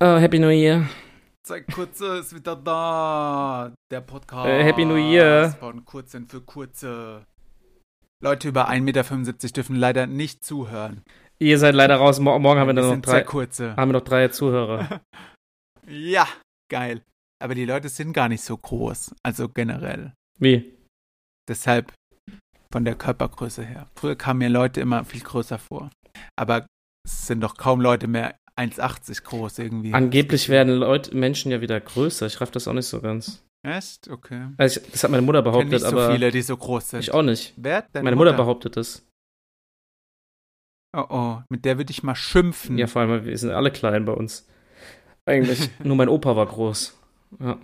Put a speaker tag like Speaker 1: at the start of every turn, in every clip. Speaker 1: Oh, Happy New Year.
Speaker 2: Seit Kurze äh, ist wieder da. Der Podcast.
Speaker 1: Äh, Happy New Year.
Speaker 2: Von Kurzen für Kurze. Leute über 1,75 Meter dürfen leider nicht zuhören.
Speaker 1: Ihr seid leider raus. Mo- Morgen haben wir, dann noch
Speaker 2: sind sehr
Speaker 1: drei,
Speaker 2: kurze.
Speaker 1: haben wir noch drei Zuhörer.
Speaker 2: Ja, geil. Aber die Leute sind gar nicht so groß. Also generell.
Speaker 1: Wie?
Speaker 2: Deshalb von der Körpergröße her. Früher kamen mir Leute immer viel größer vor. Aber es sind doch kaum Leute mehr 1,80 groß irgendwie.
Speaker 1: Angeblich werden Leute, Menschen ja wieder größer. Ich raff das auch nicht so ganz.
Speaker 2: Echt? Okay.
Speaker 1: Also ich, das hat meine Mutter
Speaker 2: Ich kenn
Speaker 1: behauptet,
Speaker 2: nicht so
Speaker 1: aber
Speaker 2: viele, die so groß sind.
Speaker 1: ich auch nicht.
Speaker 2: Wer? Deine
Speaker 1: meine Mutter, behauptet das.
Speaker 2: Oh oh, mit der würde ich mal schimpfen.
Speaker 1: Ja, vor allem, wir sind alle klein bei uns. Eigentlich. Nur mein Opa war groß. Ja.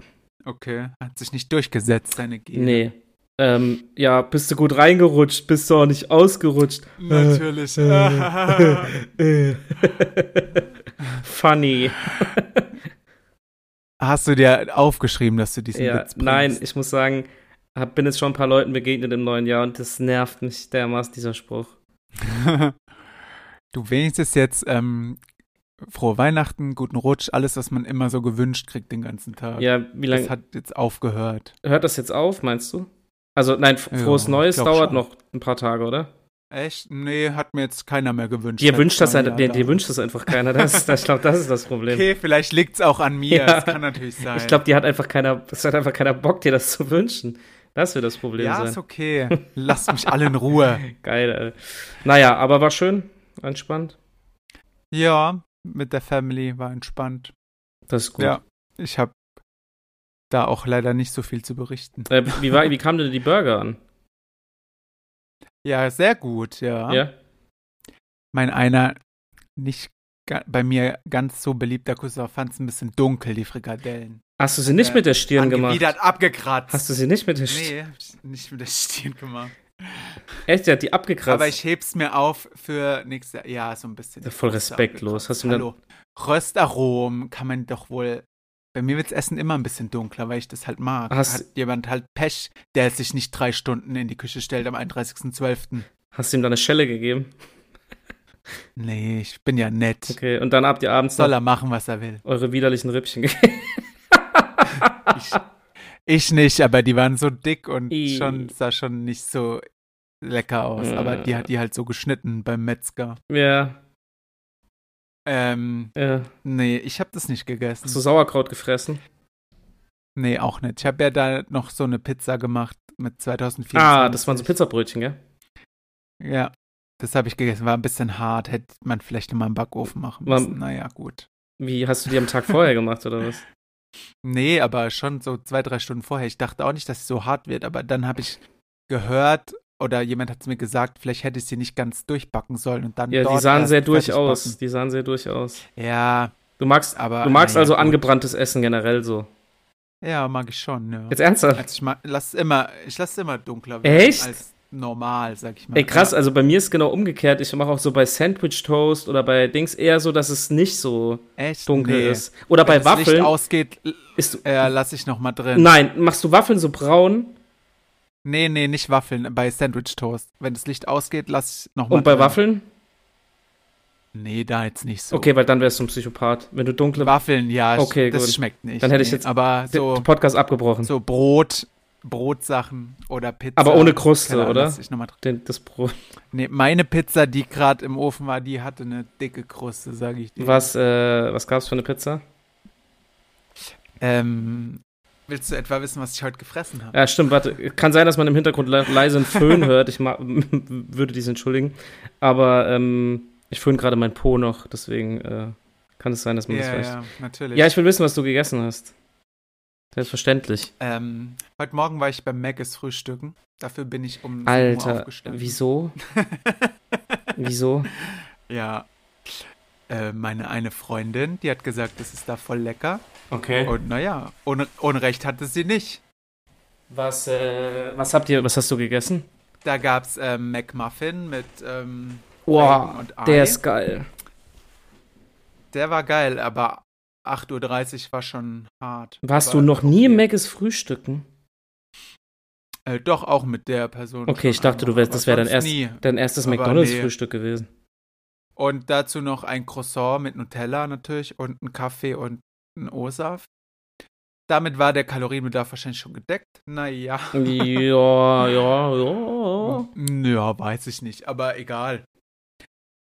Speaker 2: Okay. Hat sich nicht durchgesetzt, seine Gene.
Speaker 1: Nee. Ähm, ja, bist du gut reingerutscht, bist du auch nicht ausgerutscht.
Speaker 2: Natürlich.
Speaker 1: Äh. Funny.
Speaker 2: Hast du dir aufgeschrieben, dass du diesen
Speaker 1: Ja,
Speaker 2: Witz bringst?
Speaker 1: nein, ich muss sagen, hab, bin jetzt schon ein paar Leuten begegnet im neuen Jahr und das nervt mich dermaßen, dieser Spruch.
Speaker 2: du wenigstens jetzt ähm, frohe Weihnachten, guten Rutsch, alles, was man immer so gewünscht kriegt den ganzen Tag.
Speaker 1: Ja, wie
Speaker 2: das
Speaker 1: lange
Speaker 2: hat jetzt aufgehört.
Speaker 1: hört das jetzt auf, meinst du? Also, nein, f-
Speaker 2: Ja,
Speaker 1: frohes
Speaker 2: ich
Speaker 1: Neues
Speaker 2: glaub
Speaker 1: dauert
Speaker 2: schon.
Speaker 1: noch ein paar Tage, oder?
Speaker 2: Echt? Nee, hat mir jetzt keiner mehr gewünscht.
Speaker 1: Dir
Speaker 2: seit
Speaker 1: wünscht das,
Speaker 2: zwei
Speaker 1: ein,
Speaker 2: Jahren
Speaker 1: dir, dir
Speaker 2: da.
Speaker 1: wünscht das einfach keiner. Das, ist- das, ich glaube, das ist das Problem.
Speaker 2: Okay, vielleicht liegt's auch an mir.
Speaker 1: Ja.
Speaker 2: Das kann natürlich sein.
Speaker 1: Ich glaube, die hat einfach keiner, es hat einfach keiner Bock, dir das zu wünschen. Das wird das Problem
Speaker 2: ja, ist
Speaker 1: sein.
Speaker 2: okay. Lasst mich alle in Ruhe.
Speaker 1: Geil, ey. Naja, aber war schön, entspannt.
Speaker 2: Ja, mit der Family war entspannt.
Speaker 1: Das ist gut.
Speaker 2: Ja, ich habe da auch leider nicht so viel zu berichten.
Speaker 1: Äh, wie, war, wie kamen denn die Burger an?
Speaker 2: Ja, sehr gut, ja.
Speaker 1: Ja?
Speaker 2: Mein einer nicht ga- bei mir ganz so beliebter Cousin fand es ein bisschen dunkel, die Frikadellen.
Speaker 1: Hast du sie nicht
Speaker 2: Äh,
Speaker 1: mit der Stirn gemacht?
Speaker 2: Angewidert abgekratzt.
Speaker 1: Hast du sie nicht mit der Stirn?
Speaker 2: Nee, hab ich nicht mit der Stirn gemacht.
Speaker 1: Echt, der hat die abgekratzt.
Speaker 2: Aber ich heb's mir auf für nächstes Jahr. Ja, so ein bisschen.
Speaker 1: Ja, voll
Speaker 2: Ich hab's da
Speaker 1: respektlos.
Speaker 2: abgekratzt.
Speaker 1: Hast du mir dann-
Speaker 2: Hallo. Röstaromen kann man doch wohl. Bei mir wird's Essen immer ein bisschen dunkler, weil ich das halt mag.
Speaker 1: Hast-
Speaker 2: Hat jemand halt Pech, der sich nicht drei Stunden in die Küche stellt am 31.12.
Speaker 1: Hast du ihm da eine Schelle gegeben?
Speaker 2: Nee, ich bin ja nett.
Speaker 1: Okay, und dann habt ihr abends
Speaker 2: Soll
Speaker 1: noch
Speaker 2: er machen, was er will.
Speaker 1: eure widerlichen Rippchen gegessen.
Speaker 2: Ich nicht, aber die waren so dick und
Speaker 1: I.
Speaker 2: schon sah schon nicht so lecker aus.
Speaker 1: Ja.
Speaker 2: Aber die hat die halt so geschnitten beim Metzger.
Speaker 1: Ja,
Speaker 2: Ähm,
Speaker 1: ja.
Speaker 2: nee, ich habe das nicht
Speaker 1: Hast du
Speaker 2: gegessen.
Speaker 1: Sauerkraut gefressen?
Speaker 2: Nee, auch nicht. Ich habe ja da noch so eine Pizza gemacht mit 2004.
Speaker 1: Ah, das waren so Pizzabrötchen, gell?
Speaker 2: Ja, das habe ich gegessen. War ein bisschen hart. Hätte man vielleicht in meinem Backofen machen
Speaker 1: War-
Speaker 2: müssen. Naja, gut.
Speaker 1: Wie, hast du die am Tag vorher gemacht, oder was?
Speaker 2: Nee, aber schon so zwei, drei Stunden vorher. Ich dachte auch nicht, dass es so hart wird, aber dann habe ich gehört oder jemand hat es mir gesagt, vielleicht hätte ich sie nicht ganz durchbacken sollen und dann
Speaker 1: Ja, die
Speaker 2: dort
Speaker 1: sahen
Speaker 2: erst
Speaker 1: sehr
Speaker 2: fertig
Speaker 1: durchaus.
Speaker 2: backen.
Speaker 1: Die sahen sehr durchaus.
Speaker 2: Ja,
Speaker 1: Du magst,
Speaker 2: aber
Speaker 1: du magst
Speaker 2: naja,
Speaker 1: also
Speaker 2: gut.
Speaker 1: angebranntes Essen generell so.
Speaker 2: Ja, mag ich schon, ja.
Speaker 1: Jetzt ernsthaft?
Speaker 2: Also ich ma- lass immer, ich lass immer dunkler
Speaker 1: Echt?
Speaker 2: als normal, sag ich mal.
Speaker 1: Ey, krass,
Speaker 2: Ja.
Speaker 1: also bei mir ist genau umgekehrt. Ich mache auch so bei Sandwich Toast oder bei Dings eher so, dass es nicht so
Speaker 2: Echt?
Speaker 1: dunkel
Speaker 2: nee.
Speaker 1: ist. Oder bei
Speaker 2: Wenn das Licht
Speaker 1: Waffeln
Speaker 2: ausgeht, l-
Speaker 1: ist du.
Speaker 2: äh, lass ich noch mal drin.
Speaker 1: Nein, machst du Waffeln so braun
Speaker 2: Nee, nee, nicht Waffeln, bei Sandwich Toast. Wenn das Licht ausgeht, lass ich noch mal
Speaker 1: und bei
Speaker 2: drin.
Speaker 1: Waffeln?
Speaker 2: Nee, da jetzt nicht so.
Speaker 1: Okay, weil dann wärst du ein Psychopath. Wenn du dunkle
Speaker 2: Waffeln, ja,
Speaker 1: Okay,
Speaker 2: okay, das
Speaker 1: gut.
Speaker 2: schmeckt nicht.
Speaker 1: Dann hätte ich jetzt-
Speaker 2: aber so,
Speaker 1: Den Podcast abgebrochen.
Speaker 2: so Brot, Brotsachen oder Pizza.
Speaker 1: Aber ohne Kruste,
Speaker 2: Keine Ahnung,
Speaker 1: oder?
Speaker 2: lass ich noch mal drin.
Speaker 1: Den, das Brot.
Speaker 2: Nee, meine Pizza, die gerade im Ofen war, die hatte eine dicke Kruste, sage ich dir.
Speaker 1: Was, äh, was gab's für eine Pizza?
Speaker 2: Ähm, willst du etwa wissen, was ich heute gefressen habe?
Speaker 1: Ja, stimmt, warte. Kann sein, dass man im Hintergrund le leise einen Föhn hört. Ich ma- würde dies entschuldigen. Aber ähm, ich föhne gerade mein Po noch, deswegen äh, kann es sein, dass man das
Speaker 2: Ja,
Speaker 1: weiß. Ja.
Speaker 2: ja, natürlich.
Speaker 1: ich will wissen, was du gegessen hast. Selbstverständlich.
Speaker 2: ähm, heute Morgen war ich beim Maggis frühstücken. Dafür bin ich um 7 Uhr
Speaker 1: Alter,
Speaker 2: aufgestanden.
Speaker 1: wieso? Wieso?
Speaker 2: Ja. Äh, meine eine Freundin, die hat gesagt, das ist da voll lecker.
Speaker 1: Okay.
Speaker 2: Und naja, un Unrecht hatte sie nicht.
Speaker 1: Was, äh, was habt ihr, was hast du gegessen?
Speaker 2: Da gab es ähm, McMuffin mit ähm, Bacon
Speaker 1: Boah,
Speaker 2: und Ei.
Speaker 1: der ist geil.
Speaker 2: Der war geil, aber 8.30 Uhr war schon hart.
Speaker 1: Warst
Speaker 2: aber,
Speaker 1: du noch nie im
Speaker 2: okay.
Speaker 1: Maggis frühstücken?
Speaker 2: Äh, doch, auch mit der Person.
Speaker 1: Okay, ich
Speaker 2: schon
Speaker 1: dachte, du wärst-
Speaker 2: einmal,
Speaker 1: das wär
Speaker 2: aber
Speaker 1: dein
Speaker 2: sonst
Speaker 1: erst-
Speaker 2: Nie.
Speaker 1: Dein erstes
Speaker 2: Aber nee.
Speaker 1: McDonalds-Frühstück gewesen.
Speaker 2: Und dazu noch ein Croissant mit Nutella natürlich und einen Kaffee und einen O-Saft. Damit war der Kalorienbedarf wahrscheinlich schon gedeckt. Naja.
Speaker 1: Ja, ja, ja.
Speaker 2: Ja, weiß ich nicht, aber egal.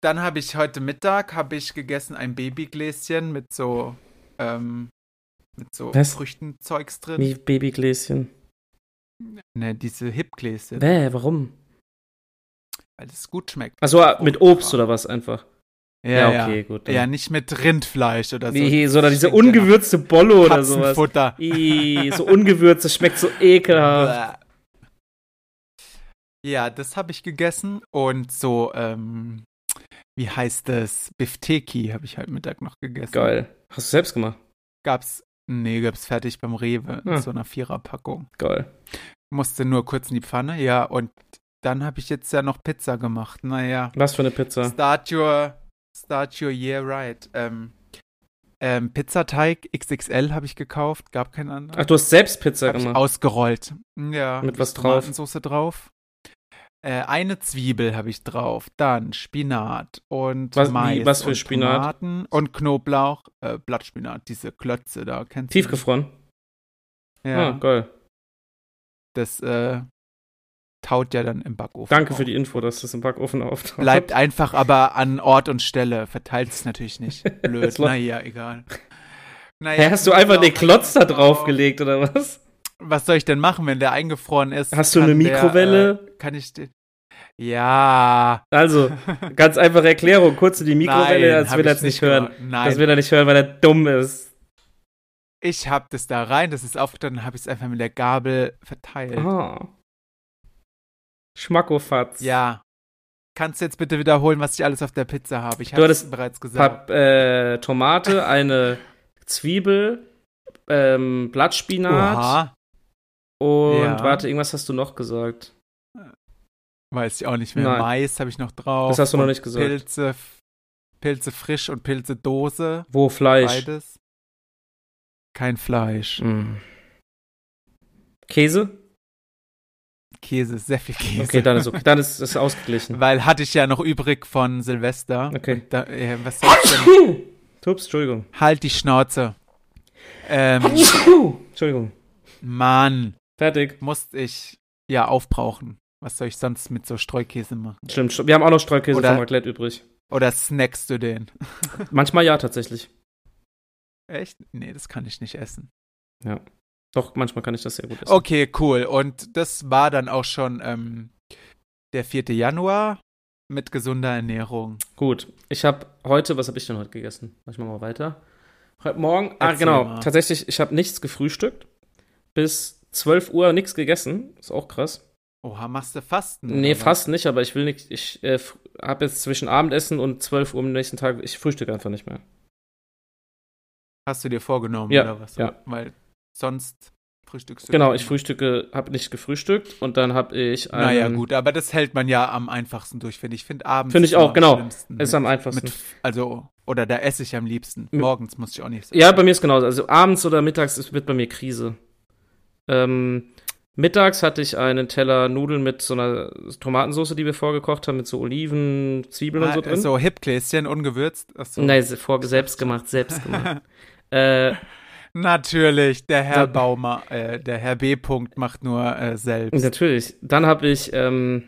Speaker 2: Dann habe ich heute Mittag habe ich gegessen ein Babygläschen mit so ähm, mit so
Speaker 1: Was?
Speaker 2: Früchtenzeugs drin.
Speaker 1: Wie Babygläschen.
Speaker 2: Ne, diese Hipgläschen,
Speaker 1: Bäh, warum?
Speaker 2: weil es gut schmeckt.
Speaker 1: Achso, mit Obst oder was einfach.
Speaker 2: Ja,
Speaker 1: ja,
Speaker 2: ja.
Speaker 1: okay, gut.
Speaker 2: Ja, nicht mit Rindfleisch oder so.
Speaker 1: Nee, sondern diese
Speaker 2: Stinkt ja nach
Speaker 1: ungewürzte Bolle oder sowas.
Speaker 2: Katzenfutter.
Speaker 1: Ih, so ungewürzt, das schmeckt so ekelhaft.
Speaker 2: Ja, das habe ich gegessen und so, ähm, wie heißt das? Bifteki habe ich heute Mittag noch gegessen.
Speaker 1: Geil. Hast du selbst gemacht?
Speaker 2: Gab's, nee, gab's fertig beim Rewe in
Speaker 1: Hm.
Speaker 2: so einer Viererpackung.
Speaker 1: Geil.
Speaker 2: Musste nur kurz in die Pfanne, ja, und dann habe ich jetzt ja noch Pizza gemacht. Naja,
Speaker 1: Was für eine Pizza.
Speaker 2: start your, start your year right. Ähm, ähm, Pizzateig XXL habe ich gekauft, gab keinen anderen.
Speaker 1: Ach, du hast selbst Pizza
Speaker 2: Hab ich
Speaker 1: gemacht.
Speaker 2: ausgerollt. Ja.
Speaker 1: Mit was drauf?
Speaker 2: Tomatensoße drauf. Äh, eine Zwiebel habe ich drauf, dann Spinat und
Speaker 1: Was- wie-
Speaker 2: Mais
Speaker 1: was für
Speaker 2: und
Speaker 1: Spinat?
Speaker 2: Tomaten und Knoblauch, äh, Blattspinat, diese Klötze da, kennst du?
Speaker 1: Tiefgefroren.
Speaker 2: Ja,
Speaker 1: Ah, geil.
Speaker 2: das äh, taut ja dann im Backofen.
Speaker 1: Danke
Speaker 2: auf.
Speaker 1: für die Info, dass das im Backofen auftaucht.
Speaker 2: Bleibt einfach aber an Ort und Stelle, verteilt es natürlich nicht. Blöd,
Speaker 1: Es läuft-
Speaker 2: naja, egal.
Speaker 1: Hä,
Speaker 2: Naja,
Speaker 1: hast du einfach den
Speaker 2: Knoblauch
Speaker 1: Klotz da
Speaker 2: hab ich
Speaker 1: draufgelegt oder was?
Speaker 2: Was soll ich denn machen, wenn der eingefroren ist?
Speaker 1: Hast du
Speaker 2: Kann
Speaker 1: eine Mikrowelle?
Speaker 2: Der, äh, kann ich den. Ja.
Speaker 1: Also, ganz einfache Erklärung, kurz in die Mikrowelle,
Speaker 2: äh, Nein,
Speaker 1: das
Speaker 2: hab
Speaker 1: will er
Speaker 2: ich
Speaker 1: jetzt nicht hören.
Speaker 2: gemacht. Nein,
Speaker 1: Das will er nicht hören, weil er dumm ist.
Speaker 2: ich hab das da rein, das ist aufgestanden, habe ich es einfach mit der Gabel verteilt.
Speaker 1: Ah. Schmackofatz.
Speaker 2: Ja. Kannst du jetzt bitte wiederholen, was ich alles auf der Pizza habe? Ich
Speaker 1: Du
Speaker 2: habe es
Speaker 1: hattest
Speaker 2: bereits gesagt.
Speaker 1: Pap äh, Tomate, eine Zwiebel, ähm, Blattspinat
Speaker 2: Oha,
Speaker 1: und
Speaker 2: Ja.
Speaker 1: warte, irgendwas hast du noch gesagt.
Speaker 2: weiß ich auch nicht mehr.
Speaker 1: Nein.
Speaker 2: Mais habe ich noch drauf.
Speaker 1: Das hast du noch
Speaker 2: und
Speaker 1: nicht gesagt.
Speaker 2: Pilze, f- Pilze frisch und Pilze Dose,
Speaker 1: Wo Fleisch?
Speaker 2: beides. Kein Fleisch.
Speaker 1: Mm. Käse?
Speaker 2: Käse, sehr viel Käse.
Speaker 1: Okay, dann ist okay. Dann ist es ausgeglichen.
Speaker 2: Weil hatte ich ja noch übrig von Silvester.
Speaker 1: Okay.
Speaker 2: Da, äh, was soll ich denn?
Speaker 1: Ups, Entschuldigung.
Speaker 2: Halt die Schnauze. Ähm,
Speaker 1: Entschuldigung.
Speaker 2: Mann,
Speaker 1: Fertig.
Speaker 2: musste ich ja aufbrauchen. Was soll ich sonst mit so Streukäse machen?
Speaker 1: Stimmt, stimmt. wir haben auch noch Streukäse
Speaker 2: Oder-
Speaker 1: vom Raclette übrig.
Speaker 2: Oder snackst du den?
Speaker 1: Manchmal ja, tatsächlich.
Speaker 2: Echt? Nee, das kann ich nicht essen.
Speaker 1: Doch, manchmal kann ich das sehr gut essen.
Speaker 2: Okay, cool. Und das war dann auch schon ähm, der 4. Januar mit gesunder Ernährung.
Speaker 1: Gut, ich habe heute, was habe ich denn heute gegessen? Mach ich mal mal weiter. Heute Morgen, ah
Speaker 2: Erzähl
Speaker 1: genau,
Speaker 2: mal.
Speaker 1: tatsächlich, ich habe nichts gefrühstückt. Bis 12 Uhr nichts gegessen. Ist auch krass.
Speaker 2: Oha, machst du Fasten?
Speaker 1: Nee,
Speaker 2: oder was?
Speaker 1: fast nicht, aber ich will nicht, ich äh, habe jetzt zwischen Abendessen und 12 Uhr am nächsten Tag, ich frühstücke einfach nicht mehr.
Speaker 2: Hast du dir vorgenommen
Speaker 1: Ja,
Speaker 2: oder was?
Speaker 1: ja.
Speaker 2: Weil sonst frühstückst du.
Speaker 1: Genau, ich
Speaker 2: nicht mehr.
Speaker 1: frühstücke, habe nicht gefrühstückt und dann habe ich einen,
Speaker 2: Naja, gut, aber das hält man ja am einfachsten durch, finde ich. Finde abends.
Speaker 1: ähm, Finde ich
Speaker 2: immer
Speaker 1: auch, genau.
Speaker 2: schlimmsten.
Speaker 1: ist am einfachsten.
Speaker 2: also, oder da esse ich am liebsten.
Speaker 1: Mit-
Speaker 2: Morgens muss ich auch nicht.
Speaker 1: Ja, bei mir ist genauso. Also abends oder mittags ist, wird bei mir Krise. Ähm, mittags hatte ich einen Teller Nudeln mit so einer Tomatensauce, die wir vorgekocht haben, mit so Oliven, Zwiebeln und
Speaker 2: Ah,
Speaker 1: so drin.
Speaker 2: so Hipgläschen, ungewürzt. Ach so.
Speaker 1: Nein, se- vor, selbst gemacht, selbst gemacht. äh,
Speaker 2: Natürlich, der Herr
Speaker 1: Da-
Speaker 2: Baumer, äh, der Herr B. -Punkt macht nur äh, selbst.
Speaker 1: natürlich. Dann habe ich, ähm,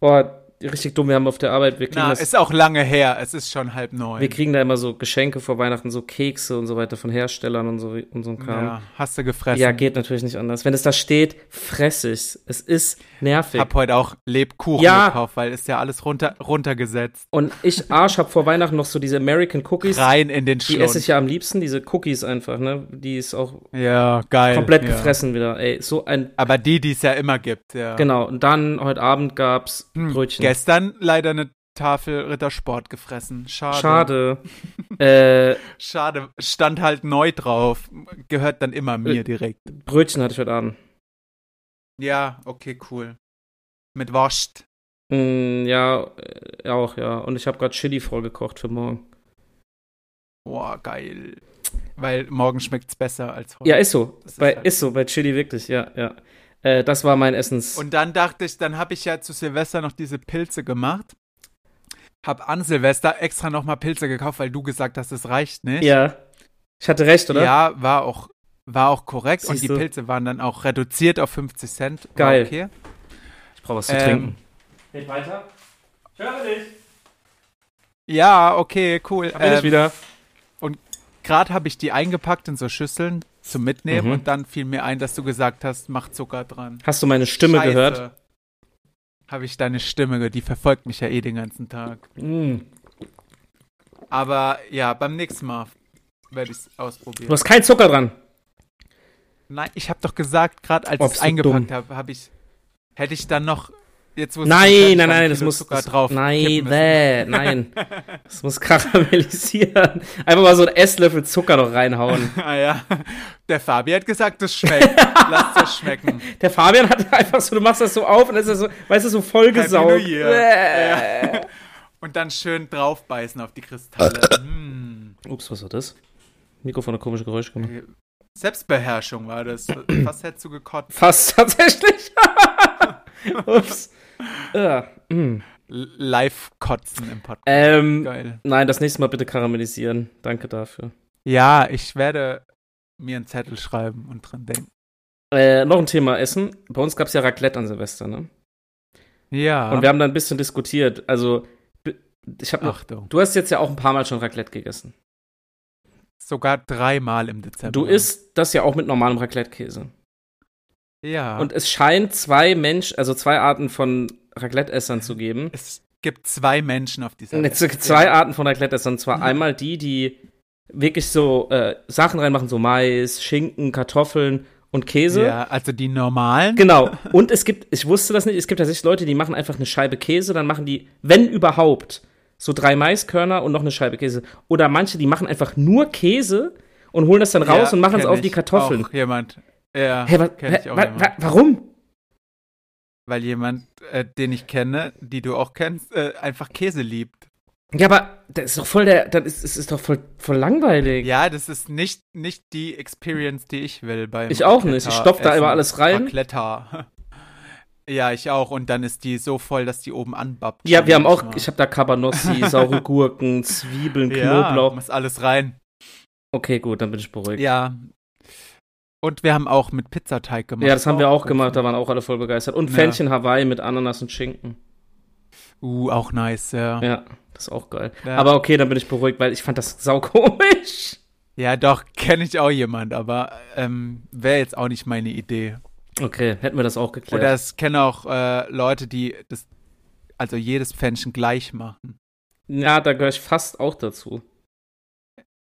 Speaker 1: oh, richtig dumm, wir haben auf der Arbeit, wir kriegen,
Speaker 2: Na,
Speaker 1: das,
Speaker 2: ist auch lange her. Es ist schon halb neun.
Speaker 1: wir kriegen da immer so Geschenke vor Weihnachten, so Kekse und so weiter von Herstellern und so, und so ein Kram.
Speaker 2: ja, hast du gefressen?
Speaker 1: Ja, geht natürlich nicht anders. Wenn es da steht, fress ich's. Es ist nervig.
Speaker 2: Hab heute auch Lebkuchen
Speaker 1: Ja.
Speaker 2: gekauft, weil ist ja alles runter, runtergesetzt.
Speaker 1: Und ich, Arsch, hab vor Weihnachten noch so diese American Cookies.
Speaker 2: Rein in den Schlund.
Speaker 1: Die esse ich ja am liebsten, diese Cookies einfach, ne? Die ist auch
Speaker 2: Ja, geil.
Speaker 1: komplett
Speaker 2: ja.
Speaker 1: gefressen wieder. Ey, so ein.
Speaker 2: Aber die, die es ja immer gibt, ja.
Speaker 1: Genau. Und dann heute Abend gab's
Speaker 2: Hm,
Speaker 1: Brötchen.
Speaker 2: Gestern leider eine Tafel Rittersport gefressen. Schade.
Speaker 1: Schade. äh,
Speaker 2: Schade. Stand halt neu drauf. Gehört dann immer
Speaker 1: Äh.
Speaker 2: mir direkt.
Speaker 1: Brötchen hatte ich heute Abend.
Speaker 2: Ja, okay, cool. Mit Wascht.
Speaker 1: Mm, ja, äh, auch, ja. Und ich habe gerade Chili vorgekocht für morgen.
Speaker 2: Boah, geil. Weil morgen schmeckt's besser als heute.
Speaker 1: Ja, ist so.
Speaker 2: Das ist
Speaker 1: Bei,
Speaker 2: halt-
Speaker 1: ist so, bei Chili wirklich, ja, ja. Äh, das war mein Essens.
Speaker 2: Und dann dachte ich, dann habe ich ja zu Silvester noch diese Pilze gemacht. Hab an Silvester extra nochmal Pilze gekauft, weil du gesagt hast, es reicht nicht.
Speaker 1: Ja. Ich hatte recht, oder?
Speaker 2: Ja, war auch, war auch korrekt. und die
Speaker 1: Siehste.
Speaker 2: Pilze waren dann auch reduziert auf 50 Cent. War
Speaker 1: Geil.
Speaker 2: Okay.
Speaker 1: Ich brauche was
Speaker 2: Ähm,
Speaker 1: Red weiter. Ich höre dich.
Speaker 2: Ja, okay, cool.
Speaker 1: Da bin ich wieder.
Speaker 2: Gerade habe ich die eingepackt in so Schüsseln zum Mitnehmen
Speaker 1: Mhm.
Speaker 2: und dann fiel mir ein, dass du gesagt hast, mach Zucker dran.
Speaker 1: Hast du meine Stimme gehört?
Speaker 2: Habe ich deine Stimme gehört, die verfolgt mich ja eh den ganzen Tag.
Speaker 1: Mm.
Speaker 2: Aber ja, beim nächsten Mal werde ich es
Speaker 1: Du
Speaker 2: ausprobieren.
Speaker 1: hast keinen Zucker dran.
Speaker 2: Nein, ich habe doch gesagt, gerade als
Speaker 1: Oh,
Speaker 2: ich
Speaker 1: bist
Speaker 2: es
Speaker 1: du
Speaker 2: eingepackt habe, habe ich, hätte ich dann noch, jetzt wo es
Speaker 1: Nein,
Speaker 2: fertig war,
Speaker 1: nein,
Speaker 2: ein
Speaker 1: nein, das
Speaker 2: Kilo
Speaker 1: muss.
Speaker 2: Zucker
Speaker 1: das,
Speaker 2: drauf
Speaker 1: nein,
Speaker 2: kippen müssen.
Speaker 1: bäh, nein. Das muss karamellisieren. Einfach mal so einen Esslöffel Zucker noch reinhauen.
Speaker 2: Ah ja, der Fabi hat gesagt, es schmeckt. Lass es schmecken.
Speaker 1: Der Fabian hat einfach so, du machst das so auf und dann ist das so, weißt du, so vollgesaugt.
Speaker 2: Happy New Year.
Speaker 1: Bäh.
Speaker 2: Und dann schön draufbeißen auf die Kristalle. Mm.
Speaker 1: Ups, was war das? Mikrofon hat komische Geräusche gemacht.
Speaker 2: Selbstbeherrschung war das. Fast hättest du gekotzt.
Speaker 1: Fast tatsächlich. Ups. Ja. mm.
Speaker 2: L- Live-Kotzen im Podcast.
Speaker 1: Ähm,
Speaker 2: Geil.
Speaker 1: nein, das nächste Mal bitte karamellisieren. Danke dafür.
Speaker 2: Ja, ich werde mir einen Zettel schreiben und dran denken.
Speaker 1: Äh, noch ein Thema Essen. Bei uns gab es ja Raclette an Silvester, ne?
Speaker 2: Ja.
Speaker 1: Und wir haben da ein bisschen diskutiert. Also, b- ich habe noch.
Speaker 2: Achtung.
Speaker 1: Du hast jetzt ja auch ein paar Mal schon Raclette gegessen.
Speaker 2: Sogar dreimal im Dezember.
Speaker 1: Du isst das ja auch mit normalem Raclette-Käse.
Speaker 2: Ja.
Speaker 1: Und es scheint zwei Mensch, also zwei Arten von Raclette-Essern zu geben.
Speaker 2: es gibt zwei Menschen auf dieser
Speaker 1: Es gibt zwei Arten von Raclette-Essern. Und zwar
Speaker 2: Mhm.
Speaker 1: einmal die, die wirklich so äh, Sachen reinmachen, so Mais, Schinken, Kartoffeln und Käse.
Speaker 2: Ja, also die normalen.
Speaker 1: Genau. Und es gibt, ich wusste das nicht, es gibt tatsächlich Leute, die machen einfach eine Scheibe Käse, dann machen die, wenn überhaupt, so drei Maiskörner und noch eine Scheibe Käse. Oder manche, die machen einfach nur Käse und holen das dann raus
Speaker 2: Ja,
Speaker 1: und machen es
Speaker 2: kenn
Speaker 1: auf die
Speaker 2: ich.
Speaker 1: Kartoffeln.
Speaker 2: Auch jemand. Ja,
Speaker 1: Hä, wa,
Speaker 2: kenn ich
Speaker 1: wa,
Speaker 2: auch
Speaker 1: wa,
Speaker 2: jemand.
Speaker 1: wa, warum?
Speaker 2: Weil jemand, äh, den ich kenne, die du auch kennst, äh, einfach Käse liebt.
Speaker 1: Ja, aber das ist doch voll der, das ist, es ist doch voll, voll langweilig.
Speaker 2: Ja, das ist nicht, nicht die Experience, die ich will beim
Speaker 1: Ich auch nicht. Ich
Speaker 2: Raclette-Essen.
Speaker 1: stopf da immer alles rein.
Speaker 2: Raclette. Ja, ich auch. Und dann ist die so voll, dass die oben anbappt.
Speaker 1: Ja, wir haben auch,
Speaker 2: Manchmal.
Speaker 1: ich habe da Cabanossi, saure Gurken, Zwiebeln,
Speaker 2: ja,
Speaker 1: Knoblauch.
Speaker 2: muss alles rein.
Speaker 1: Okay, gut, dann bin ich beruhigt.
Speaker 2: Ja. Und wir haben auch mit Pizzateig gemacht.
Speaker 1: Ja, das haben wir auch gemacht, da waren auch alle voll begeistert. Und
Speaker 2: Ja.
Speaker 1: Pfännchen Hawaii mit Ananas und Schinken.
Speaker 2: Uh, auch nice, ja.
Speaker 1: Ja, das ist auch geil.
Speaker 2: Ja.
Speaker 1: Aber okay, dann bin ich beruhigt, weil ich fand das saukomisch.
Speaker 2: Ja, doch, kenne ich auch jemand, aber ähm, wäre jetzt auch nicht meine Idee.
Speaker 1: Okay, hätten wir das auch geklärt.
Speaker 2: Oder es kennen auch äh, Leute, die das, also jedes Pfännchen gleich machen.
Speaker 1: ja, da gehöre ich fast auch dazu.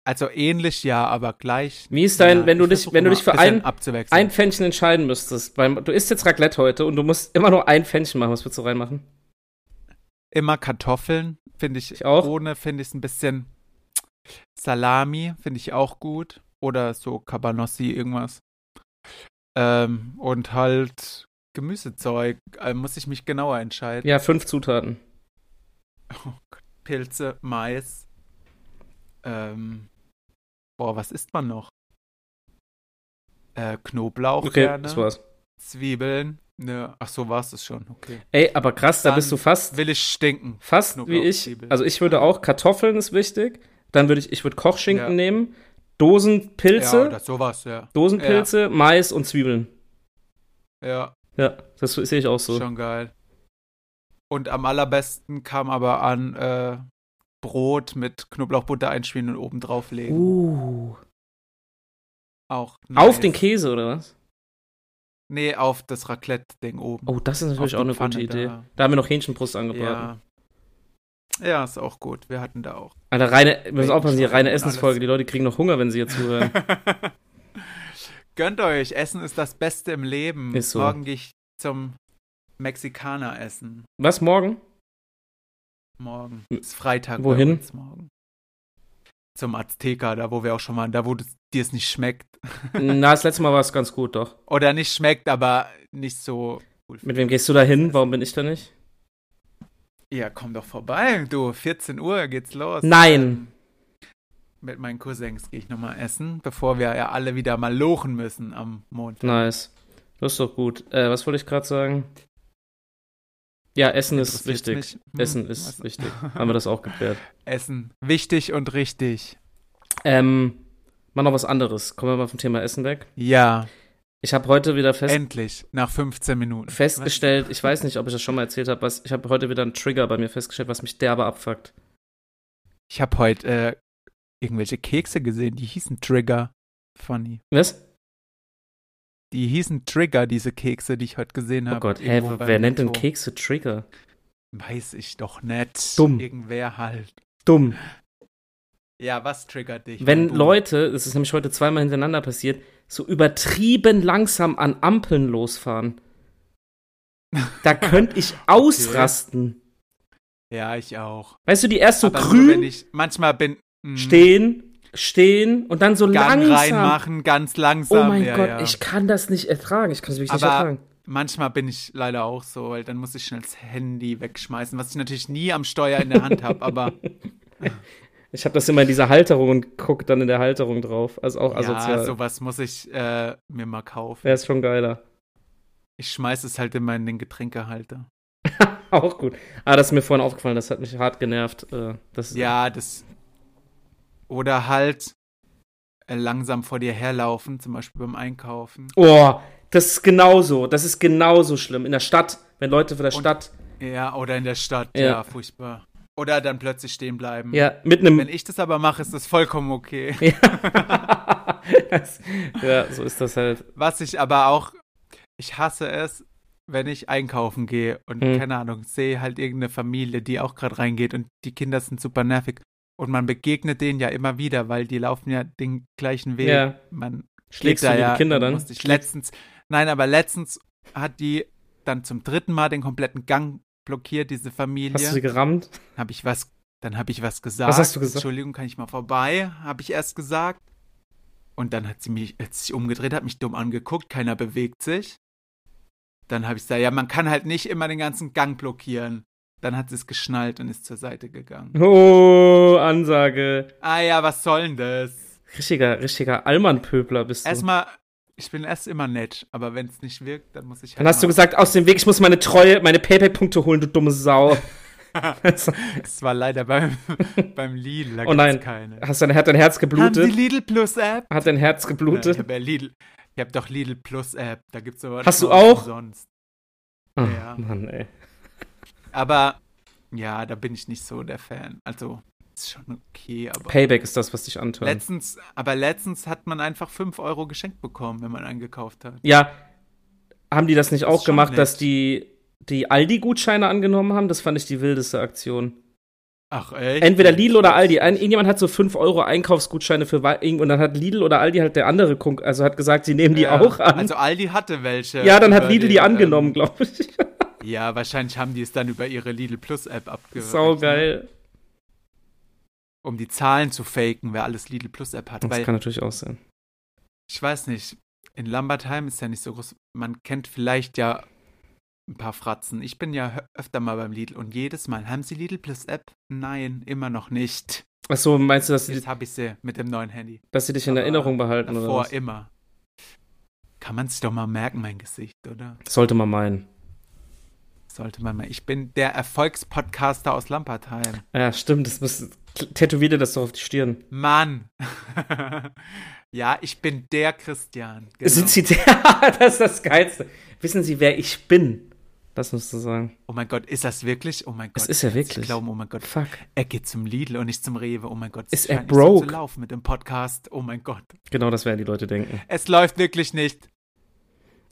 Speaker 2: Also ähnlich ja, aber gleich.
Speaker 1: Wie ist dein,
Speaker 2: ja,
Speaker 1: wenn du
Speaker 2: ich
Speaker 1: dich,
Speaker 2: versuch
Speaker 1: wenn du
Speaker 2: immer,
Speaker 1: dich für
Speaker 2: bisschen
Speaker 1: ein,
Speaker 2: abzuwechseln.
Speaker 1: ein Pfännchen entscheiden müsstest, beim, du isst jetzt Raclette heute und du musst immer nur ein Pfännchen machen, was würdest du reinmachen?
Speaker 2: immer Kartoffeln, finde ich,
Speaker 1: Ich auch.
Speaker 2: Ohne finde ich es ein bisschen Salami, finde ich auch gut oder so Cabanossi irgendwas. Ähm, und halt Gemüsezeug, äh, muss ich mich genauer entscheiden.
Speaker 1: Ja, fünf Zutaten.
Speaker 2: Pilze, Mais. Ähm, boah, was isst man noch? Äh, Knoblauch
Speaker 1: Okay,
Speaker 2: gerne,
Speaker 1: das war's.
Speaker 2: Zwiebeln. Ne, ach so war es das schon. Okay.
Speaker 1: Ey, aber krass, da
Speaker 2: Dann-
Speaker 1: bist du fast,
Speaker 2: Will ich stinken?
Speaker 1: fast wie
Speaker 2: Knoblauch,
Speaker 1: ich.
Speaker 2: Zwiebeln.
Speaker 1: Also ich würde auch, Kartoffeln ist wichtig. Dann würde ich, ich würde Kochschinken
Speaker 2: Ja.
Speaker 1: nehmen, Dosen
Speaker 2: Ja,
Speaker 1: Pilze,
Speaker 2: oder sowas, ja.
Speaker 1: Dosenpilze, Mais und Zwiebeln.
Speaker 2: Ja,
Speaker 1: Ja, das sehe ich auch so.
Speaker 2: schon geil. Und am allerbesten kam aber an äh, Brot mit Knoblauchbutter einschmieren und oben drauflegen.
Speaker 1: Uh.
Speaker 2: Auch
Speaker 1: Auf
Speaker 2: nice.
Speaker 1: den Käse oder was?
Speaker 2: Nee, auf das Raclette-Ding oben.
Speaker 1: Oh, das ist natürlich
Speaker 2: Auf
Speaker 1: auch
Speaker 2: die
Speaker 1: eine gute
Speaker 2: Pfanne
Speaker 1: Idee. Da.
Speaker 2: da.
Speaker 1: haben wir noch Hähnchenbrust angebraten.
Speaker 2: ja. Ja, ist auch gut. Wir hatten da auch.
Speaker 1: Alter, reine, wir müssen aufpassen, die reine
Speaker 2: Hähnchenbrust und
Speaker 1: Essensfolge.
Speaker 2: alles.
Speaker 1: Die Leute kriegen noch Hunger, wenn sie jetzt zuhören.
Speaker 2: Gönnt euch, Essen ist das Beste im Leben.
Speaker 1: Ist so.
Speaker 2: Morgen gehe ich zum Mexikaner essen.
Speaker 1: was, morgen?
Speaker 2: Morgen. Ist Freitag. bei
Speaker 1: Wohin?
Speaker 2: uns morgen. Zum Azteca, da wo wir auch schon waren, da wo du- dir es nicht schmeckt.
Speaker 1: Na, das letzte Mal war es ganz gut, doch.
Speaker 2: Oder nicht schmeckt, aber nicht so.
Speaker 1: Mit wem gehst du da hin? Warum bin ich da nicht?
Speaker 2: Ja, komm doch vorbei, du. 14 Uhr geht's los. Ähm,
Speaker 1: Nein.
Speaker 2: Mit meinen Cousins gehe ich nochmal essen, bevor wir ja alle wieder mal lochen müssen am Montag.
Speaker 1: Nice. Das ist doch gut. Äh, was wollte ich gerade sagen? Ja, Essen ist
Speaker 2: Interessiert's
Speaker 1: wichtig.
Speaker 2: mich. Hm,
Speaker 1: Essen ist
Speaker 2: weiß-
Speaker 1: wichtig. Haben wir das auch geklärt.
Speaker 2: Essen. Wichtig und richtig.
Speaker 1: Ähm, mal noch was anderes. Kommen wir mal vom Thema Essen weg.
Speaker 2: Ja,
Speaker 1: Ich habe heute wieder fest,
Speaker 2: endlich. Nach 15 Minuten.
Speaker 1: festgestellt, ich weiß nicht, ob ich das schon mal erzählt habe, was ich habe heute wieder einen Trigger bei mir festgestellt, was mich derbe abfuckt.
Speaker 2: Ich habe heute äh, irgendwelche Kekse gesehen, die hießen Trigger. Funny.
Speaker 1: Was?
Speaker 2: Die hießen Trigger, diese Kekse, die ich heute gesehen
Speaker 1: Oh
Speaker 2: habe.
Speaker 1: Gott, hä,
Speaker 2: irgendwo beim
Speaker 1: wer nennt denn
Speaker 2: Netto.
Speaker 1: Kekse Trigger?
Speaker 2: Weiß ich doch nicht.
Speaker 1: Dumm.
Speaker 2: Irgendwer halt.
Speaker 1: Dumm.
Speaker 2: Ja, was triggert dich?
Speaker 1: Wenn
Speaker 2: du-
Speaker 1: Leute, das ist nämlich heute zweimal hintereinander passiert, so übertrieben langsam an Ampeln losfahren, da könnte ich ausrasten.
Speaker 2: Ja, ich auch.
Speaker 1: Weißt du, die erst so
Speaker 2: Aber nur, wenn
Speaker 1: grün
Speaker 2: ich manchmal bin. mh,
Speaker 1: stehen, stehen und dann so
Speaker 2: Gang
Speaker 1: langsam.
Speaker 2: reinmachen, ganz
Speaker 1: Oh
Speaker 2: langsam.
Speaker 1: mein
Speaker 2: ja,
Speaker 1: Gott,
Speaker 2: ja.
Speaker 1: ich kann das nicht ertragen. Ich kann es wirklich nicht
Speaker 2: Aber-
Speaker 1: ertragen.
Speaker 2: Manchmal bin ich leider auch so, weil dann muss ich schnell das Handy wegschmeißen, was ich natürlich nie am Steuer in der Hand habe, aber
Speaker 1: Ich habe das immer in dieser Halterung und guck dann in der Halterung drauf. Also auch asozial.
Speaker 2: ja, sowas muss ich äh, mir mal kaufen.
Speaker 1: Wäre es schon geiler.
Speaker 2: Ich schmeiß es halt immer in den Getränkehalter.
Speaker 1: Auch gut. Ah, das ist mir vorhin aufgefallen. Das hat mich hart genervt. Äh, das
Speaker 2: Ja, das. Oder halt äh, langsam vor dir herlaufen, zum Beispiel beim Einkaufen.
Speaker 1: Oh, das ist genauso. Das ist genauso schlimm. In der Stadt, wenn Leute von der
Speaker 2: Und-
Speaker 1: Stadt
Speaker 2: Ja, oder in der Stadt,
Speaker 1: Ja.
Speaker 2: ja, furchtbar. Oder dann plötzlich stehen bleiben.
Speaker 1: ja, mit
Speaker 2: Wenn
Speaker 1: einem.
Speaker 2: ich das aber mache, ist das vollkommen okay.
Speaker 1: Ja. Das- ja, so ist das halt.
Speaker 2: Was ich aber auch, ich hasse es, wenn ich einkaufen gehe und
Speaker 1: Mhm.
Speaker 2: keine Ahnung, sehe halt irgendeine Familie, die auch gerade reingeht und die Kinder sind super nervig. Und man begegnet denen ja immer wieder, weil die laufen ja den gleichen Weg.
Speaker 1: Ja.
Speaker 2: Man
Speaker 1: Schlägst
Speaker 2: geht
Speaker 1: du
Speaker 2: da
Speaker 1: die
Speaker 2: ja,
Speaker 1: Kinder dann?
Speaker 2: Musste ich letztens, nein, aber letztens hat die dann zum dritten Mal den kompletten Gang blockiert, diese Familie.
Speaker 1: Hast du sie gerammt?
Speaker 2: Habe ich was, dann habe ich was gesagt.
Speaker 1: hast du gesagt?
Speaker 2: Entschuldigung, kann ich mal vorbei? Habe ich erst gesagt. Und dann hat sie mich, hat sie sich umgedreht, hat mich dumm angeguckt, keiner bewegt sich. Dann habe ich gesagt, ja, man kann halt nicht immer den ganzen Gang blockieren. Dann hat sie es geschnallt und ist zur Seite gegangen.
Speaker 1: Oh, Ansage.
Speaker 2: Ah ja, was soll denn das?
Speaker 1: Richtiger, richtiger Allmann-Pöbler bist du.
Speaker 2: Erstmal, ich bin erst immer nett, aber wenn es nicht wirkt, dann muss ich halt.
Speaker 1: Dann hast du
Speaker 2: mal-
Speaker 1: gesagt, aus dem Weg, ich muss meine Treue, meine Payback-Punkte holen, du dumme Sau.
Speaker 2: Es war leider beim, beim Lidl, da
Speaker 1: Oh
Speaker 2: gibt's
Speaker 1: nein.
Speaker 2: keine.
Speaker 1: Hast dein, hat dein Herz
Speaker 2: Haben die
Speaker 1: geblutet?
Speaker 2: Lidl Plus App?
Speaker 1: Hat dein Herz
Speaker 2: Ja, ich
Speaker 1: geblutet?
Speaker 2: habe ja Lidl. Ich habe doch Lidl Plus App. Da gibt's aber
Speaker 1: Hast
Speaker 2: noch
Speaker 1: du auch?
Speaker 2: Sonst.
Speaker 1: Ah,
Speaker 2: ja.
Speaker 1: Mann, ey.
Speaker 2: Aber ja, da bin ich nicht so der Fan. Also ist schon okay, aber
Speaker 1: Payback ist das, was dich antört.
Speaker 2: letztens, aber letztens hat man einfach 5 Euro geschenkt bekommen, wenn man eingekauft hat.
Speaker 1: Ja, haben die das nicht auch
Speaker 2: schon
Speaker 1: gemacht, dass
Speaker 2: nett.
Speaker 1: die die Aldi-Gutscheine angenommen haben? Das fand ich die wildeste Aktion.
Speaker 2: Ach echt?
Speaker 1: Entweder Lidl oder Aldi. Ein, irgendjemand hat so 5 Euro Einkaufsgutscheine für Wa- irgend- und dann hat Lidl oder Aldi halt der andere, Konk also hat gesagt, sie nehmen die
Speaker 2: Ja.
Speaker 1: auch an.
Speaker 2: Also Aldi hatte welche.
Speaker 1: ja, dann hat
Speaker 2: über
Speaker 1: Lidl
Speaker 2: den,
Speaker 1: die angenommen,
Speaker 2: Ähm,
Speaker 1: glaube ich.
Speaker 2: ja, wahrscheinlich haben die es dann über ihre Lidl Plus App abgewürgt.
Speaker 1: Saugeil.
Speaker 2: Um die Zahlen zu faken, wer alles Lidl Plus App hat.
Speaker 1: Das
Speaker 2: Weil
Speaker 1: kann natürlich auch sein.
Speaker 2: ich weiß nicht, in Lambertheim ist ja nicht so groß. Man kennt vielleicht ja ein paar Fratzen. Ich bin ja hö- öfter mal beim Lidl und jedes Mal. Haben Sie Lidl Plus App? Nein, immer noch nicht.
Speaker 1: Achso, meinst du, dass sie,
Speaker 2: Jetzt habe ich sie mit dem neuen Handy.
Speaker 1: dass sie dich in
Speaker 2: aber
Speaker 1: Erinnerung behalten oder
Speaker 2: Davor
Speaker 1: was?
Speaker 2: immer. Kann man sich doch mal merken, mein Gesicht, oder?
Speaker 1: Sollte man meinen.
Speaker 2: Sollte man mal. Ich bin der Erfolgspodcaster aus Lampertheim.
Speaker 1: Ja, stimmt, das muss, tätowier dir das doch auf die Stirn.
Speaker 2: Mann! ja, ich bin der Christian. Genau.
Speaker 1: Sind sie der? das ist das Geilste. Wissen sie, wer ich bin? Das musst du sagen.
Speaker 2: Oh mein Gott, ist das wirklich? Oh mein Gott.
Speaker 1: Es ist ja
Speaker 2: ich kann's nicht
Speaker 1: wirklich.
Speaker 2: Glauben, oh mein Gott.
Speaker 1: Fuck.
Speaker 2: Er geht zum Lidl und nicht zum Rewe. Oh mein Gott.
Speaker 1: Ist
Speaker 2: es
Speaker 1: er
Speaker 2: scheint nicht so
Speaker 1: broke?
Speaker 2: Zu laufen mit dem Podcast. Oh mein Gott.
Speaker 1: Genau das werden die Leute denken.
Speaker 2: Es läuft wirklich nicht.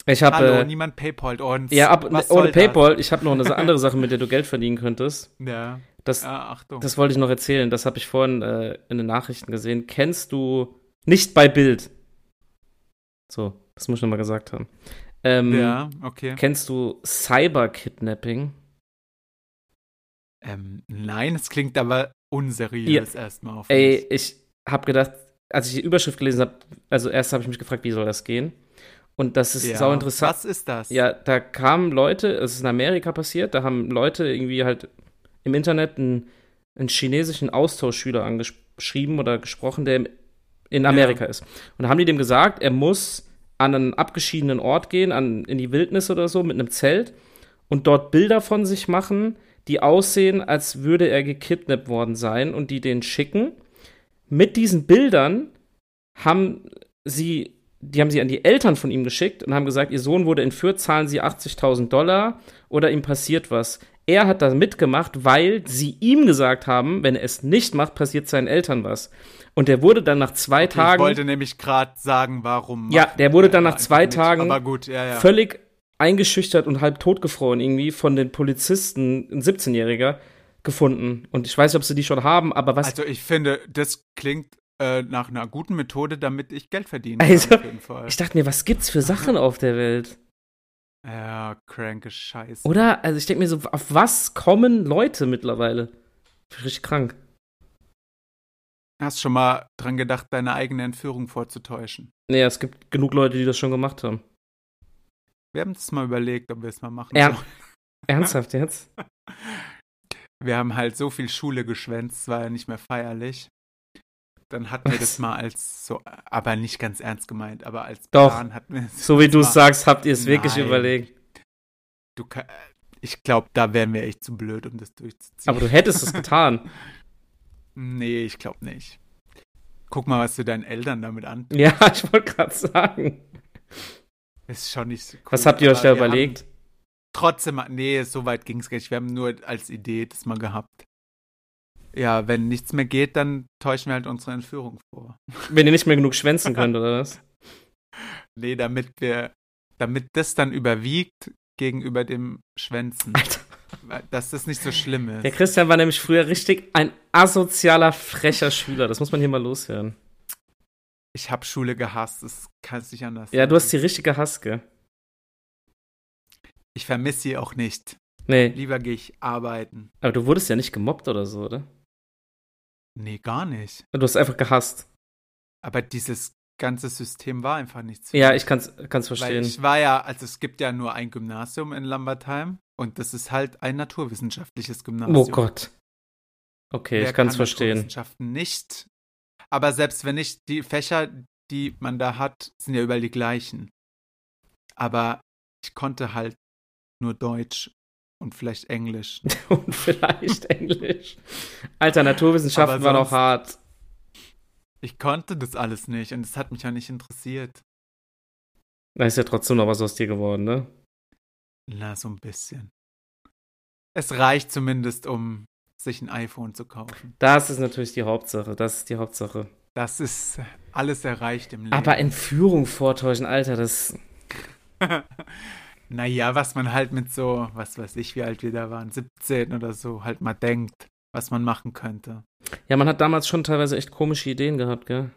Speaker 1: Ich habe.
Speaker 2: Hallo,
Speaker 1: Äh,
Speaker 2: niemand PayPal uns.
Speaker 1: ja, ab,
Speaker 2: Was
Speaker 1: ohne
Speaker 2: soll das?
Speaker 1: Paypal, ich habe noch eine andere Sache, mit der du Geld verdienen könntest.
Speaker 2: Ja.
Speaker 1: Das,
Speaker 2: Ah, Achtung.
Speaker 1: das wollte ich noch erzählen. Das habe ich vorhin äh, in den Nachrichten gesehen. Kennst du nicht bei Bild? So, das muss ich nochmal gesagt haben. Ähm,
Speaker 2: ja, okay.
Speaker 1: Kennst du Cyber-Kidnapping?
Speaker 2: Ähm, nein, es klingt aber unseriös erstmal auf.
Speaker 1: Ey, ich habe gedacht, als ich die Überschrift gelesen habe, also erst habe ich mich gefragt, wie soll das gehen? Und das ist
Speaker 2: mich. ja.
Speaker 1: sau interessant.
Speaker 2: Was ist das?
Speaker 1: Ja, da kamen Leute, es ist in Amerika passiert, da haben Leute irgendwie halt im Internet einen, einen chinesischen Austauschschüler angeschrieben oder gesprochen, der im- in Amerika ist. Und da haben die dem gesagt, er muss an einen abgeschiedenen Ort gehen, an, in die Wildnis oder so, mit einem Zelt und dort Bilder von sich machen, die aussehen, als würde er gekidnappt worden sein und die den schicken. Mit diesen Bildern haben sie, die haben sie an die Eltern von ihm geschickt und haben gesagt, ihr Sohn wurde entführt, zahlen sie 80.000 Dollar oder ihm passiert was. Er hat da mitgemacht, weil sie ihm gesagt haben, wenn er es nicht macht, passiert seinen Eltern was. Und der wurde dann nach zwei
Speaker 2: Ich
Speaker 1: Tagen.
Speaker 2: wollte nämlich gerade sagen, warum.
Speaker 1: Ja,
Speaker 2: macht
Speaker 1: der wurde
Speaker 2: er
Speaker 1: dann nach
Speaker 2: einfach
Speaker 1: zwei
Speaker 2: mit.
Speaker 1: Tagen
Speaker 2: Aber gut, ja, ja.
Speaker 1: völlig eingeschüchtert und halb totgefroren irgendwie von den Polizisten, ein 17-Jähriger, gefunden. Und ich weiß nicht, ob sie die schon haben, aber was.
Speaker 2: Also ich finde, das klingt äh, nach einer guten Methode, damit ich Geld verdiene.
Speaker 1: Also,
Speaker 2: auf jeden Fall.
Speaker 1: ich dachte mir, was gibt's für Sachen auf der Welt?
Speaker 2: ja, kranke Scheiße.
Speaker 1: Oder? Also ich denke mir so, auf was kommen Leute mittlerweile? Find ich Richtig krank.
Speaker 2: Hast schon mal dran gedacht, deine eigene Entführung vorzutäuschen?
Speaker 1: Naja, es gibt genug Leute, die das schon gemacht haben.
Speaker 2: Wir haben es mal überlegt, ob wir es mal machen
Speaker 1: Ja.
Speaker 2: sollen.
Speaker 1: Ernsthaft jetzt?
Speaker 2: Wir haben halt so viel Schule geschwänzt, es war ja nicht mehr feierlich. Dann hatten wir das mal als so, aber nicht ganz ernst gemeint, aber als
Speaker 1: Doch.
Speaker 2: Plan hatten wir es.
Speaker 1: So wie du es
Speaker 2: Ah.
Speaker 1: sagst, habt ihr es wirklich
Speaker 2: Nein.
Speaker 1: überlegt.
Speaker 2: Du, ka- ich glaube, da wären wir echt zu blöd, um das durchzuziehen.
Speaker 1: Aber du hättest es getan.
Speaker 2: nee, ich glaube nicht. Guck mal, was du deinen Eltern damit an.
Speaker 1: Ja, ich wollte gerade sagen.
Speaker 2: Ist schon nicht so cool,
Speaker 1: Was habt ihr euch
Speaker 2: aber
Speaker 1: da
Speaker 2: wir haben
Speaker 1: überlegt?
Speaker 2: Trotzdem, nee, so weit ging es gar nicht. Wir haben nur als Idee das mal gehabt. Ja, wenn nichts mehr geht, dann täuschen wir halt unsere Entführung vor.
Speaker 1: Wenn ihr nicht mehr genug schwänzen könnt, oder was?
Speaker 2: Nee, damit wir, damit das dann überwiegt gegenüber dem Schwänzen.
Speaker 1: Alter.
Speaker 2: Dass das nicht so schlimm
Speaker 1: Der
Speaker 2: ist.
Speaker 1: Christian war nämlich früher richtig ein asozialer, frecher Schüler. Das muss man hier mal loswerden.
Speaker 2: Ich habe Schule gehasst, das kannst nicht anders.
Speaker 1: Ja, du
Speaker 2: sagen.
Speaker 1: hast die richtige Haske.
Speaker 2: Ich vermisse sie auch nicht.
Speaker 1: Nee,
Speaker 2: Lieber gehe ich arbeiten.
Speaker 1: aber du wurdest ja nicht gemobbt oder so, oder?
Speaker 2: Nee, gar nicht.
Speaker 1: Du hast einfach gehasst.
Speaker 2: Aber dieses ganze System war einfach nichts. für
Speaker 1: Ja,
Speaker 2: mich.
Speaker 1: ich kann's, kann's
Speaker 2: Weil
Speaker 1: verstehen.
Speaker 2: ich war ja, also es gibt ja nur ein Gymnasium in Lambertheim und das ist halt ein naturwissenschaftliches Gymnasium.
Speaker 1: Oh Gott. Okay,
Speaker 2: Wer
Speaker 1: ich kann's
Speaker 2: kann
Speaker 1: verstehen.
Speaker 2: Naturwissenschaften nicht. Aber selbst wenn nicht, die Fächer, die man da hat, sind ja überall die gleichen. Aber ich konnte halt nur Deutsch und vielleicht Englisch.
Speaker 1: Und vielleicht Englisch. Alter, Naturwissenschaften
Speaker 2: Aber
Speaker 1: waren auch
Speaker 2: sonst-
Speaker 1: hart.
Speaker 2: Ich konnte das alles nicht und es hat mich ja nicht interessiert.
Speaker 1: Da ist ja trotzdem noch was aus dir geworden, ne?
Speaker 2: Na, so ein bisschen. Es reicht zumindest, um sich ein iPhone zu kaufen.
Speaker 1: Das ist natürlich die Hauptsache. Das ist die Hauptsache.
Speaker 2: Das ist alles erreicht im Leben.
Speaker 1: Aber Entführung vortäuschen, Alter, das.
Speaker 2: Naja, was man halt mit so, was weiß ich, wie alt wir da waren, 17 oder so, halt mal denkt, was man machen könnte.
Speaker 1: Ja, man hat damals schon teilweise echt komische Ideen gehabt, gell?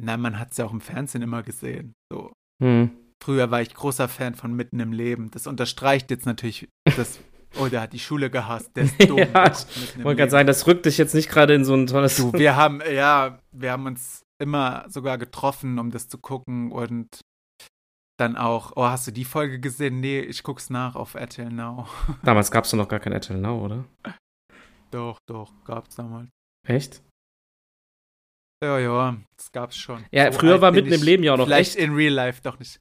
Speaker 2: Na, man hat es ja auch im Fernsehen immer gesehen. So.
Speaker 1: Hm.
Speaker 2: Früher war ich großer Fan von Mitten im Leben. Das unterstreicht jetzt natürlich das, oh, der hat die Schule gehasst, der ist dumm.
Speaker 1: Ja,
Speaker 2: der guckt Mitten im
Speaker 1: Ich wollte gerade
Speaker 2: Leben.
Speaker 1: sagen, das rückt dich jetzt nicht gerade in so ein tolles.
Speaker 2: Du, wir haben, ja, wir haben uns immer sogar getroffen, um das zu gucken und dann auch, oh, hast du die Folge gesehen? Nee, ich guck's nach auf RTL Now.
Speaker 1: Damals gab es noch gar kein RTL Now, oder?
Speaker 2: Doch, doch, gab's damals.
Speaker 1: Echt?
Speaker 2: Ja, ja, das gab's schon.
Speaker 1: Ja, früher
Speaker 2: alt
Speaker 1: war
Speaker 2: bin
Speaker 1: mitten im
Speaker 2: ich
Speaker 1: Leben ja auch noch
Speaker 2: Vielleicht
Speaker 1: echt.
Speaker 2: in real life doch nicht.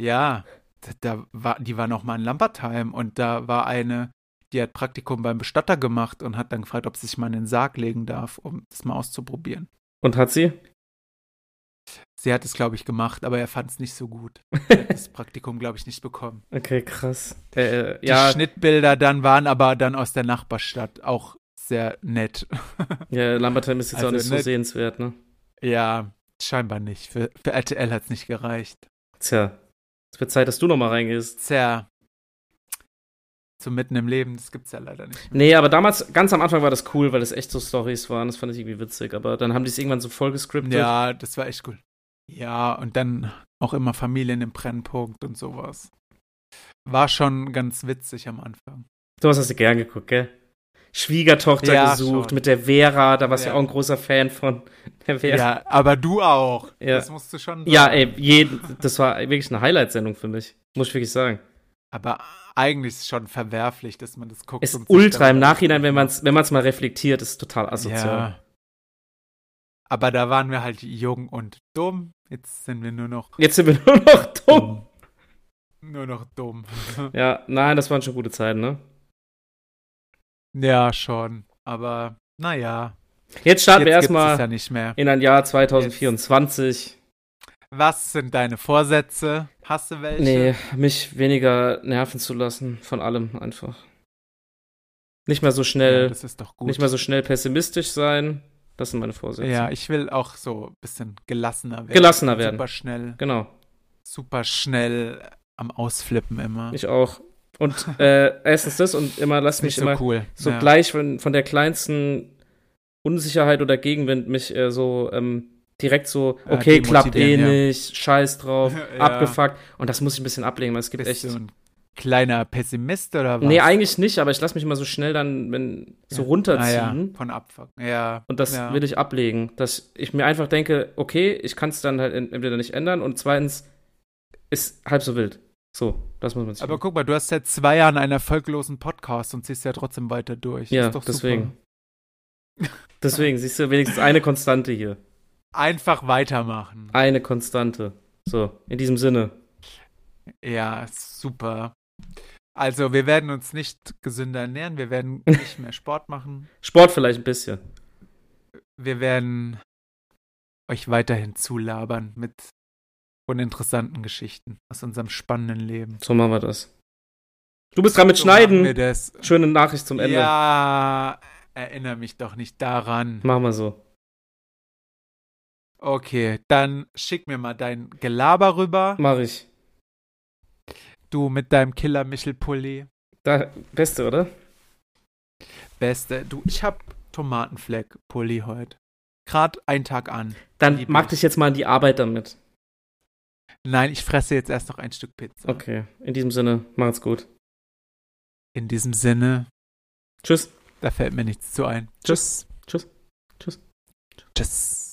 Speaker 2: Ja, da, da war, die war noch mal in Lambertheim und da war eine, die hat Praktikum beim Bestatter gemacht und hat dann gefragt, ob sie sich mal in den Sarg legen darf, um das mal auszuprobieren.
Speaker 1: Und hat sie?
Speaker 2: Sie hat es, glaube ich, gemacht, aber er fand es nicht so gut. Er hat das Praktikum, glaube ich, nicht bekommen.
Speaker 1: Okay, krass. Äh,
Speaker 2: Die
Speaker 1: ja,
Speaker 2: Schnittbilder dann waren aber dann aus der Nachbarstadt auch sehr nett.
Speaker 1: ja, Lambertheim ist jetzt auch
Speaker 2: Also
Speaker 1: nicht so
Speaker 2: nicht-
Speaker 1: sehenswert, ne?
Speaker 2: ja, scheinbar nicht. Für, für RTL hat es nicht gereicht.
Speaker 1: Tja. Es wird Zeit, dass du nochmal reingehst.
Speaker 2: Tja. So mitten im Leben, das gibt's ja leider nicht.
Speaker 1: Nee, aber damals, ganz am Anfang war das cool, weil es echt so Stories waren. Das fand ich irgendwie witzig. Aber dann haben die es irgendwann so voll gescriptet.
Speaker 2: Ja, das war echt cool. Ja, und dann auch immer Familien im Brennpunkt und sowas. War schon ganz witzig am Anfang.
Speaker 1: Sowas hast du gern geguckt, gell? Schwiegertochter
Speaker 2: Ja,
Speaker 1: gesucht
Speaker 2: schon.
Speaker 1: mit der Vera. Da warst du ja.
Speaker 2: Ja.
Speaker 1: auch ein großer Fan von der
Speaker 2: Ja,
Speaker 1: Vera.
Speaker 2: aber du auch.
Speaker 1: Ja.
Speaker 2: Das musst du schon sagen.
Speaker 1: Ja, ey, jeden, das war wirklich eine Highlight-Sendung für mich. Muss ich wirklich sagen.
Speaker 2: Aber eigentlich ist es schon verwerflich, dass man das guckt.
Speaker 1: Es ist
Speaker 2: und sich
Speaker 1: ultra
Speaker 2: dann-
Speaker 1: im Nachhinein, wenn man es wenn man's mal reflektiert, ist total asozial.
Speaker 2: Ja. Aber da waren wir halt jung und dumm. Jetzt sind wir nur noch
Speaker 1: Jetzt sind wir nur noch dumm.
Speaker 2: Nur noch dumm.
Speaker 1: Ja, nein, das waren schon gute Zeiten, ne?
Speaker 2: ja, schon. Aber naja,
Speaker 1: Jetzt starten wir
Speaker 2: jetzt gibt es
Speaker 1: erstmal
Speaker 2: ja nicht mehr.
Speaker 1: in ein Jahr 2024.
Speaker 2: Was sind deine Vorsätze? Hast du welche?
Speaker 1: Nee, mich weniger nerven zu lassen von allem einfach. Nicht mehr so
Speaker 2: Ja,
Speaker 1: schnell,
Speaker 2: das ist doch gut.
Speaker 1: äh, nicht mehr so schnell pessimistisch sein. Das sind meine Vorsätze.
Speaker 2: ja, ich will auch so ein bisschen gelassener werden.
Speaker 1: Gelassener werden.
Speaker 2: Super schnell,
Speaker 1: Genau,
Speaker 2: super schnell am Ausflippen immer.
Speaker 1: ich auch. Und äh, erstens das und immer lass mich
Speaker 2: Nicht so
Speaker 1: immer
Speaker 2: cool.
Speaker 1: so
Speaker 2: ja.
Speaker 1: gleich von, von der kleinsten Unsicherheit oder Gegenwind mich äh, so ähm, direkt so,
Speaker 2: Ja,
Speaker 1: okay,
Speaker 2: demotivieren,
Speaker 1: klappt eh
Speaker 2: ja.
Speaker 1: nicht, scheiß drauf,
Speaker 2: Ja.
Speaker 1: abgefuckt. Und das muss ich ein bisschen ablegen, weil es gibt
Speaker 2: Bist
Speaker 1: echt.
Speaker 2: du ein kleiner Pessimist oder was?
Speaker 1: Nee, eigentlich nicht, aber ich lasse mich immer so schnell dann wenn, so
Speaker 2: Ja. Ah,
Speaker 1: runterziehen.
Speaker 2: ja. Von Abfuck. Ja.
Speaker 1: Und das
Speaker 2: ja.
Speaker 1: will ich ablegen, dass ich mir einfach denke, okay, ich kann es dann halt en- entweder nicht ändern und zweitens ist halb so wild. So, das muss man sich.
Speaker 2: Aber guck mal, du hast seit zwei Jahren einen erfolglosen Podcast und ziehst ja trotzdem weiter durch.
Speaker 1: ja,
Speaker 2: ist doch Super.
Speaker 1: deswegen. deswegen, siehst du wenigstens eine Konstante hier.
Speaker 2: Einfach weitermachen.
Speaker 1: Eine Konstante. So, in diesem Sinne.
Speaker 2: Ja, super. Also, wir werden uns nicht gesünder ernähren, wir werden nicht mehr Sport machen,
Speaker 1: Sport vielleicht ein bisschen.
Speaker 2: wir werden euch weiterhin zulabern mit uninteressanten Geschichten aus unserem spannenden Leben.
Speaker 1: So machen wir das. Du bist dran mit
Speaker 2: So machen wir
Speaker 1: Schneiden.
Speaker 2: das.
Speaker 1: Schöne Nachricht zum Ende.
Speaker 2: Ja, erinnere mich doch nicht daran.
Speaker 1: Machen wir so.
Speaker 2: Okay, dann schick mir mal dein Gelaber rüber.
Speaker 1: Mach ich.
Speaker 2: Du mit deinem Killer Michel Pulli.
Speaker 1: Da, Beste, oder?
Speaker 2: Beste. Du, ich hab Tomatenfleck Pulli heute. Gerade einen Tag an.
Speaker 1: Dann
Speaker 2: Lieb
Speaker 1: mag
Speaker 2: ich.
Speaker 1: dich jetzt mal an die Arbeit damit.
Speaker 2: Nein, ich fresse jetzt erst noch ein Stück Pizza.
Speaker 1: Okay, in diesem Sinne, macht's gut.
Speaker 2: In diesem Sinne,
Speaker 1: Tschüss.
Speaker 2: da fällt mir nichts zu ein.
Speaker 1: Tschüss.
Speaker 2: Tschüss. Tschüss.